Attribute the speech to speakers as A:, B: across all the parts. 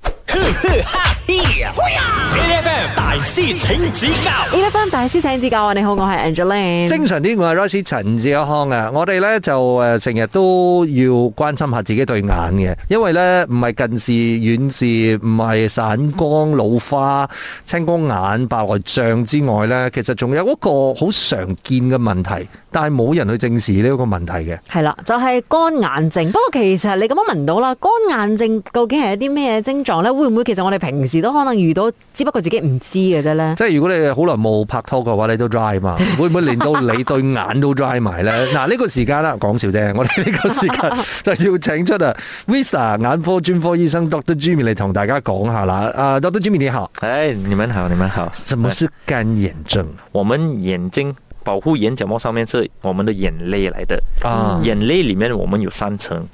A: 呵呵哈嘿，A F M 大師請指教
B: 呢一班大師請指教啊！你好，我係 Angeline。
C: 精神啲，我係 Royce 陳志康啊！我哋咧就誒成日都要關心下自己對眼嘅，因為咧唔係近視、遠視，唔係散光、老花、青光眼、白內障之外咧，其實仲有一個好常見嘅問題，但係冇人去正視呢一個問題嘅。
B: 係啦，就係乾眼症。不過其實你咁樣問到啦，乾眼症究竟係一啲咩症狀呢？會唔會其實我哋平時都可能遇到，只不過自己唔知嘅啫呢？
C: 即係如果你好耐冇拍拖嘅話，你都 dry 嘛？會唔會連到你對眼都 dry 埋咧？嗱，呢個時間啦，講笑啫。我哋 呢個時間就要請出啊 Visa 眼科專科醫生 Dr. Jimmy 嚟同大家講下啦。啊、d r Jimmy 你好，
D: 哎，你们好，你们好。
C: 什麼是乾眼症
D: 我们眼睛保护眼角膜上面是我们的眼泪来的，
C: 啊？
D: 眼泪里面我们有三层，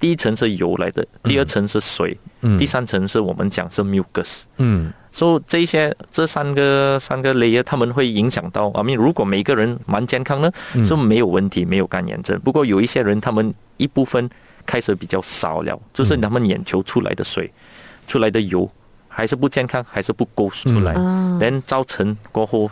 D: 第一层是油来的，第二层是水，
C: 嗯
D: 第三层是我们讲是 mucus。
C: 嗯
D: 所、so, 以这些这三个三个 layer，他们会影响到。我们如果每个人蛮健康呢，
C: 嗯
D: 是没有问题，没有干眼症。不过有一些人，他们一部分开始比较少了，就是他们眼球出来的水、出来的油还是不健康，还是不够出来。
B: 啊，
D: 连造成过后，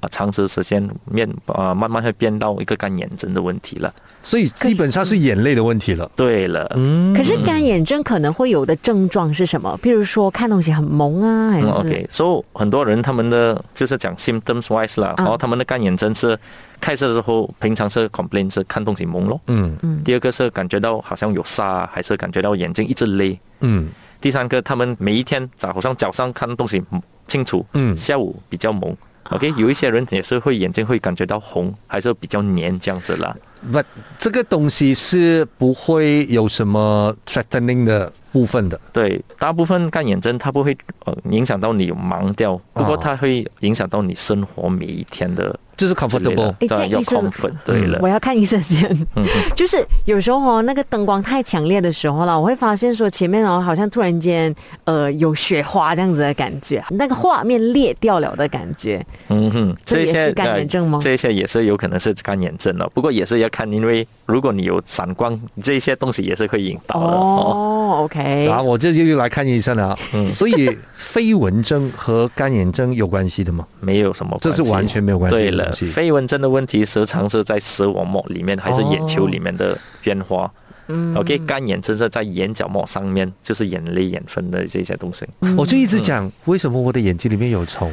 D: 啊，长时时间面啊、慢慢会变到一个干眼症的问题了。
C: 所以基本上是眼泪的問題了。
D: 对了，
C: 嗯
B: 可是干眼症可能会有的症状是什么？譬如说看东西很蒙啊，
D: 嗯
B: 还是、
D: ，OK，所、以很多人他们的就是讲 symptoms wise 啦，
B: 嗯
D: 然后他们的干眼症是开始的时候，平常是 complain 是看东西蒙咯，
C: 嗯
D: 第二个是感觉到好像有沙，还是感觉到眼睛一直勒，
C: 嗯
D: 第三个他们每一天早好像早上看东西清楚，
C: 嗯
D: 下午比较蒙。OK，有一些人也是会眼睛会感觉到红，还是比较黏这样子啦。
C: ，but 這個東西是不會有什麼 threatening 的部分的。
D: 对，大部分干眼症它不会呃影响到你盲掉，不过它会影响到你生活每一天的
C: 就是
D: 之类的
C: comfortable，
B: 诶哎这
D: 对，要
B: 医生
D: comfort。对了
B: 我，要看医生先。
D: 嗯
B: 就是有时候哦，那个灯光太强烈的时候了，我会发现说前面哦，好像突然间呃有雪花这样子的感觉，那个画面裂掉了的感觉。
D: 嗯哼，
B: 这也
D: 这
B: 是
D: 些
B: 干眼症吗
D: 呃这些也是有可能是干眼症了，不过也是要看，因为如果你有散光，这些东西也是会引导的哦。
B: 哦，OK，
C: 啊，我这就又来看医生了 啊。所以飞蚊症和干眼症有关系的吗？
D: 没有什么
C: 这
D: 关系，
C: 是完全没有关系
D: 对
C: 的
D: 了
C: 东。西。
D: 飞蚊症的问题时常是在视网膜里面，还是眼球里面的变化。
B: 嗯
D: OK，干眼症是在眼角膜上面，就是眼泪、眼分的这些东西。
C: 我就一直讲，为什么我的眼睛里面有 虫？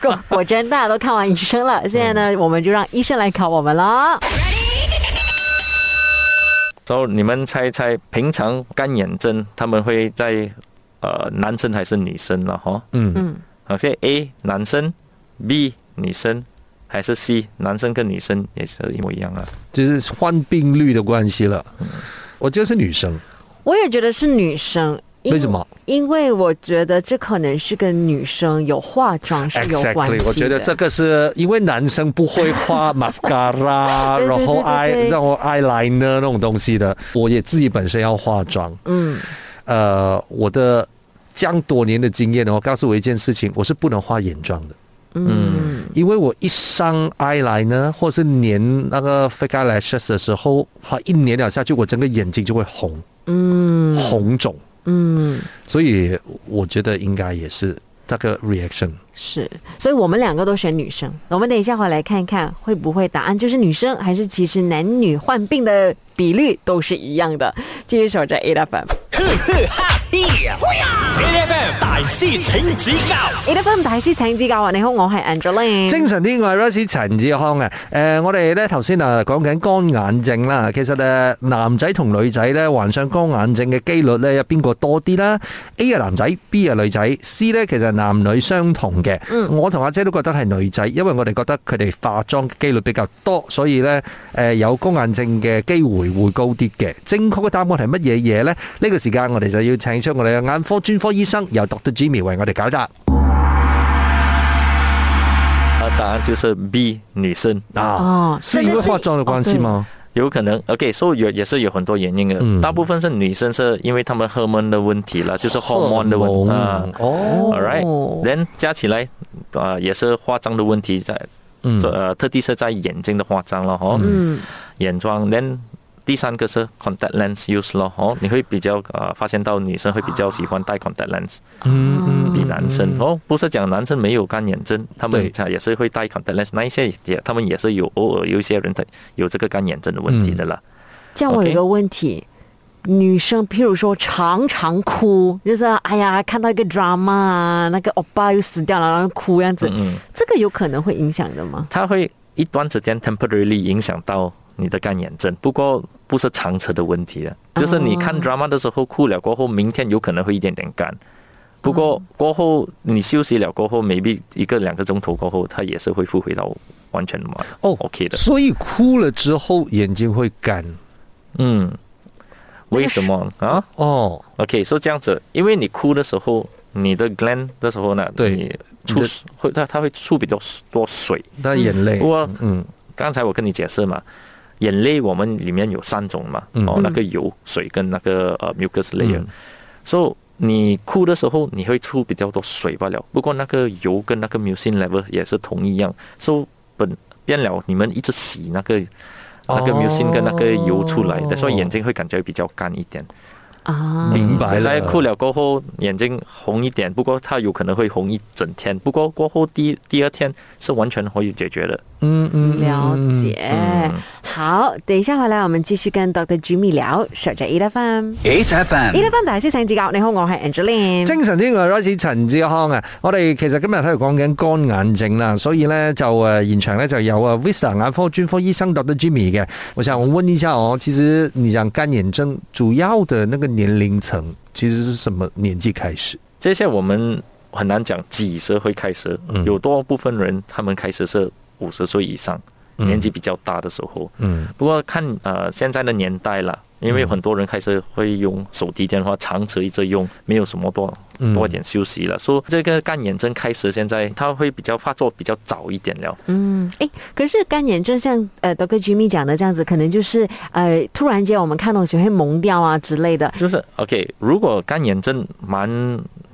B: 果 果真大家都看完医生了，
C: 嗯
B: 现在呢，我们就让医生来考我们了。
D: 然后你们猜一猜，平常干眼症他们会在呃男生还是女生了哈？
C: 嗯，
B: 嗯，
D: 好像 A 男生，B 女生，还是 C 男生跟女生也是一模一样啊？
C: 就是患病率的关系了。我觉得是女生，
B: 我也觉得是女生。因
C: 为什么？
B: 因为我觉得这可能是跟女生有化妆是有关系的。
C: 我觉得这个是因为男生不会 画 mascara，
B: 对对对
C: 然后
B: 对
C: eye
B: 对
C: 然后 eyeliner 那种东西的。我也自己本身要化妆，
B: 嗯，
C: 呃，我的这样多年的经验呢，我告诉我一件事情，我是不能画眼妆的。
B: 嗯
C: 因为我一上 eyeliner 呢，或是粘那个 fake eyelashes 的时候，它一粘了下去，我整个眼睛就会红
B: 嗯
C: 红肿，
B: 嗯，
C: 所以我觉得应该也是那个 reaction。
B: 是，所以我们两个都选女生。我们等一下回来看看会不会答案就是女生，还是其实男女患病的比率都是一样的。继续守着 A F M。
A: 呵呵哈嘿，A F M 大師請指教
B: A F M 大师请指教啊！你好，我系 Angeline。
C: 精神啲，我係 Rosie 陳志康啊。誒、我哋咧頭先啊講緊乾眼症啦。其實誒男仔同女仔咧患上乾眼症嘅機率咧，有邊個多啲啦？A 係男仔，B 係女仔，C 咧其實係男女相同嘅。
B: 嗯
C: 我同阿姐都覺得係女仔，因為我哋覺得佢哋化妝嘅機率比較多，所以咧誒、有乾眼症嘅機會會高啲嘅。正確嘅答案係乜嘢嘢咧？呢、呢個時間我哋就要請出我哋嘅眼科專科醫生，由 Dr. Jimmy 為我哋解答
D: 那啊答案就是 B 女生，
C: 啊
B: 哦
C: 是因為化妝的關係嗎？
D: 有可能 OK，所以有也是有很多原因的。
C: 嗯
D: 大部分是女生是因为她们荷尔蒙的问题了，就是荷尔蒙的问
C: 荷
D: 题。
C: 尔
D: 啊
C: 蒙哦，
D: All right，人加起来，呃，也是化妆的问题在，
C: 嗯
D: 哦这呃，特地是在眼睛的化妆了哈。
B: 嗯
D: 眼妆，连第三个是 contact lens use 咯，哦，你会比较呃发现到女生会比较喜欢戴 contact lens，嗯嗯，比男生哦，不是讲男生没有干眼症，他们
C: 对
D: 也是会戴 contact lens，那一些也他们也是有偶尔有一些人他有这个干眼症的问题的啦。
B: 这样我有
D: OK
B: 个问题女生譬如说常常哭，就是哎呀看到一个 drama 啊，那个欧巴又死掉了，然后哭这样子，
D: 嗯嗯
B: 这个有可能会影响的吗？
D: 它会一段时间 temporarily 影响到你的干眼症，不过不是长期的问题了。
C: 哦
D: 就是你看 drama 的时候哭了过后，明天有可能会一点点干，不过过后你休息了过后，maybe 一个两个钟头过后，它也是恢复回到完全完
C: 哦
D: OK 的。
C: 所以哭了之后眼睛会干
D: 嗯，为什么啊
C: 哦，
D: ？OK，是、这样子，因为你哭的时候，你的 gland 的时候呢，
C: 对
D: 你出
C: 你的
D: 会它它会出比较多水，
C: 那眼泪，
D: 我
C: 嗯
D: 刚才我跟你解释嘛，眼泪我们里面有三种嘛，
C: 嗯
D: 哦，那个油、水跟那个呃 mucus layer，
C: 嗯
D: 所以、你哭的时候你会出比较多水罢了。不过那个油跟那个 mucin level 也是同一样，所、以本变了你们一直洗那个。那个
C: 哦
D: mucin 跟那个油出来的，所以眼睛会感觉比较干一点。嗯
B: 啊，
C: 明白
D: 所以
C: 了，
D: 哭了过后眼睛红一点，不过它有可能会红一整天。不过过后第第二天是完全可以解决的。
C: 嗯嗯，嗯
B: 了解。哎
D: 嗯
B: 好，等一下回来我们继续跟 Dr. Jimmy 聊，守着 E F M。
A: ，H F M
B: E。F M 大師請指教，你好，我係 Angeline。
C: 精神天外 r i 陳志康啊，我哋其實今日喺度講緊乾眼症啦，所以咧就呃誒現場咧就有啊 Vista 眼科專科醫生 Dr. Jimmy 嘅，我想問一下哦，其實你講乾眼症主要的那個年齡層其實是什麼年紀開始？
D: 这些我们很难讲几时会开始，
C: 嗯
D: 有多部分人他们开始是五十岁以上，年纪比较大的时候。
C: 嗯
D: 不过看呃现在的年代啦，因为很多人开始会用手提电话，长期一直用，没有什么多
C: 嗯
D: 多一点休息了，所以这个干眼症开始现在它会比较发作比较早一点了。
B: 嗯，哎，可是干眼症像呃 Dr. Jimmy 讲的这样子，可能就是呃突然间我们看东西会蒙掉啊之类的。
D: 就是 OK，如果干眼症蛮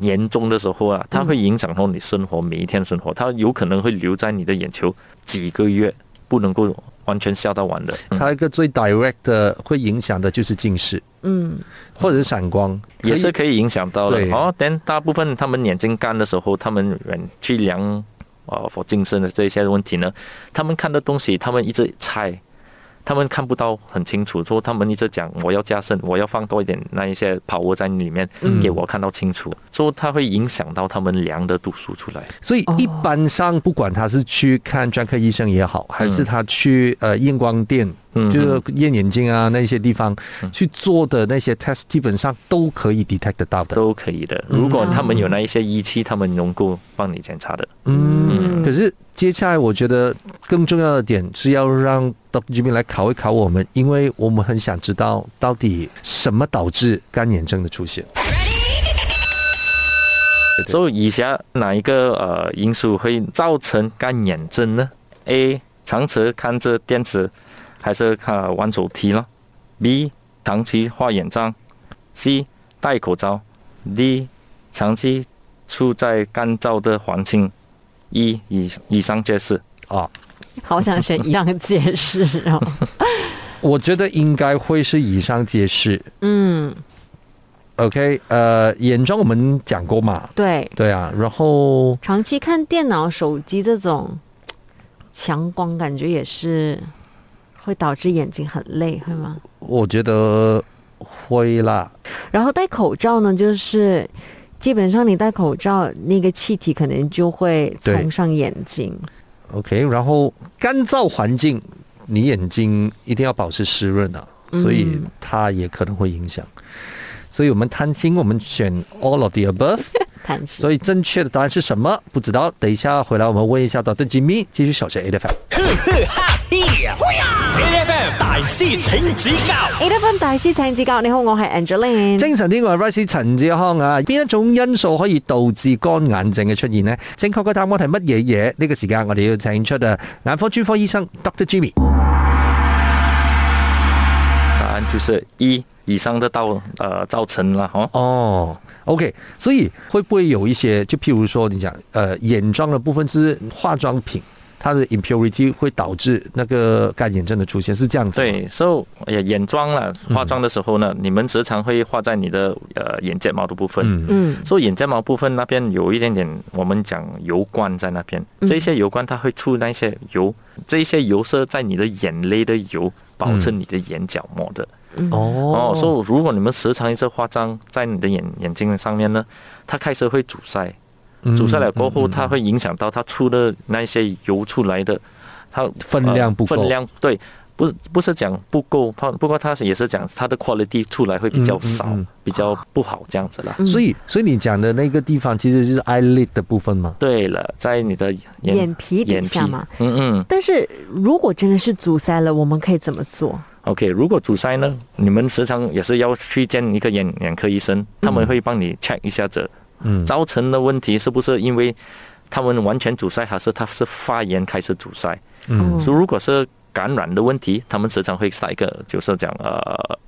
D: 严重的时候啊，它会影响到你生活每一天生活，它有可能会留在你的眼球几个月，不能够完全消到完的。嗯
C: 它一個最 direct 的会影響的就是近視
B: 嗯，
C: 或者是散光，
D: 也是可以影响到的
C: 对。
D: 哦，但大部分他们眼睛干的时候，他们远去量呃佛近视的这些问题呢，他们看的东西，他们一直猜，他们看不到很清楚，说他们一直讲我要加深，我要放多一点那一些跑窝在里面，给我看到清楚，说它会影响到他们量的度数出来。
C: 所以一般上，不管他是去看专科医生也好，还是他去呃验光店，
D: 嗯
C: 就是验眼睛啊那些地方去做的那些 test，基本上都可以 detect 得到的。
D: 都可以的，如果他们有那一些仪器，他们能够帮你检查的。
C: 嗯，可是接下来我觉得更重要的点是要让 Dr. Jimmy 来考一考我们，因为我们很想知道到底什么导致干眼症的出现。对
D: 所以以下哪一个呃因素会造成干眼症呢？A. 长期看着电视，还是看、呃玩手机了？B. 长期画眼妆？C. 戴口罩？D. 长期处在干燥的环境？一以以上皆是。
C: 啊，
B: 好想选一样解释 哦。
C: 我觉得应该会是以上皆是。
B: 嗯，
C: OK，呃，眼妆我们讲过嘛，
B: 对，
C: 对啊，然后
B: 长期看电脑、手机这种强光，感觉也是会导致眼睛很累，会吗？
C: 我觉得会啦，
B: 然后戴口罩呢，就是基本上你戴口罩，那个气体可能就会
C: 对
B: 冲上眼睛。
C: OK，然后干燥环境，你眼睛一定要保持湿润啊，所以
B: 嗯
C: 它也可能会影响。所以我们贪心，我们选 all of the above。
B: 叹气。
C: 所以正确的答案是什么？不知道，等一下回来我们问一下 Dr. Jimmy，继续守着 A 的 F。
A: A F M 大师请指教
B: ，A F M 大師請指教，你好，我係 Angeline。
C: 精神天外 Rice 陳志康啊，邊一種因素可以導致乾眼症嘅出現呢？正確嘅答案係乜嘢嘢？呢、個時間我哋要請出啊眼科專科醫生 Dr. Jimmy。
D: 答案就是一以上的到呃造成了哦。
C: 哦，OK，所以会不会有一些，就譬如说你讲，呃，眼妆的部分是化妆品，它的 impurity 会导致那个干眼症的出现，是这样子吗。
D: 对，so 也眼妆了，化妆的时候呢，你们时常会画在你的呃眼睫毛的部分。
C: 嗯，
B: 嗯
D: 所以眼睫毛部分那边有一点点，我们讲油光在那边，
C: 嗯
D: 这些油光它会出那些油，这些油是在你的眼泪的油，保持你的眼角膜的。
C: 哦
B: 嗯
D: 哦，所以如果你们时常一直化妆在你的眼眼睛上面呢，它开始会阻塞，
C: 嗯
D: 阻塞了过后，它会影响到它出的那些油出来的，它呃
C: 分量不够
D: 分量对，不不是讲不够，它不过它是也是讲它的 quality 出来会比较少，
C: 嗯嗯嗯
D: 比较不好这样子啦。
C: 所以所以你讲的那个地方其实就是 eyelid 的部分嘛。
D: 对了，在你的眼
B: 眼皮底下嘛，
D: 眼皮嗯嗯
B: 但是如果真的是阻塞了，我们可以怎么做？
D: ，OK。如果阻塞呢，你们时常也是要去见一个眼眼科医生，他们会帮你 check 一下子，
C: 嗯
D: 造成的问题是不是因为他们完全阻塞，还是它是发炎开始阻塞？
B: 嗯
D: 所以如果是感染的问题，他们时常会塞一个，就是讲呃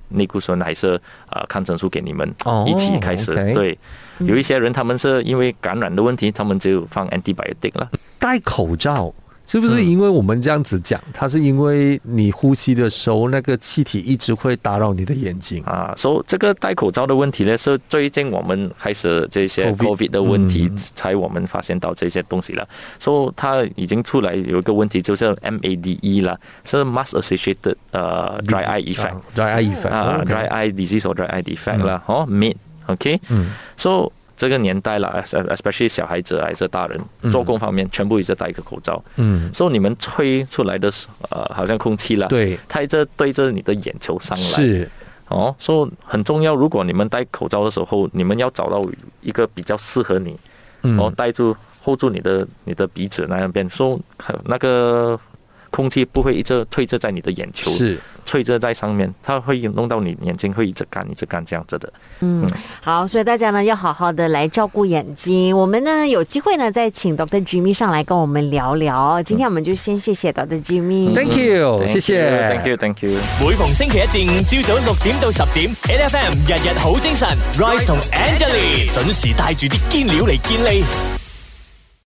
D: 类固醇还是呃抗生素给你们、
C: 哦
D: 一起开始。
C: OK
D: 对，
B: 嗯
D: 有一些人他们是因为感染的问题，他们就放 antibiotic 了。
C: 戴口罩是
D: 嗯
C: 不是因为我们这样子讲，它是因为你呼吸的时候那个气体一直会打扰你的眼睛？
D: 啊，所、以这个戴口罩的问题呢，是最近我们开始这些
C: COVID 嗯
D: COVID 的问题，才我们发现到这些东西了。所、以它已经出来有一个问题，就是 MADE E 啦，是 mask associated 呃 dry eye effect。
C: dry eye effect
D: 啊
C: 啊哦 OK
D: ，dry eye disease or dry eye defect 啦，哦，mid，OK，
C: 嗯
D: ，so 这个年代了，es-，especially 呃小孩子还是大人，做工方面全部一直戴一个口罩，
C: 嗯，
D: 所以你们吹出来的呃，好像空气啦，
C: 对
D: 它一直对着你的眼球上来，
C: 是
D: 哦，所以很重要。如果你们戴口罩的时候，你们要找到一个比较适合你，
C: 嗯
D: 哦，戴住 hold 住你的你的鼻子那边，所以那个空气不会一直推着在你的眼球，
C: 是
D: 垂着在上面，它会弄到你眼睛会一直干一直干这样子的。
B: 嗯，好，所以大家呢要好好的来照顾眼睛。我们呢有机会呢再请 Dr. Jimmy 上来跟我们聊聊。今天我们就先谢谢 Dr. Jimmy。
C: Thank you，谢谢
D: 嗯 Thank you，Thank you。
A: 每逢星期一至五朝早六點到十點，N F M 日日好精神，Rise 同 Angelie 準時帶住啲堅料嚟健利。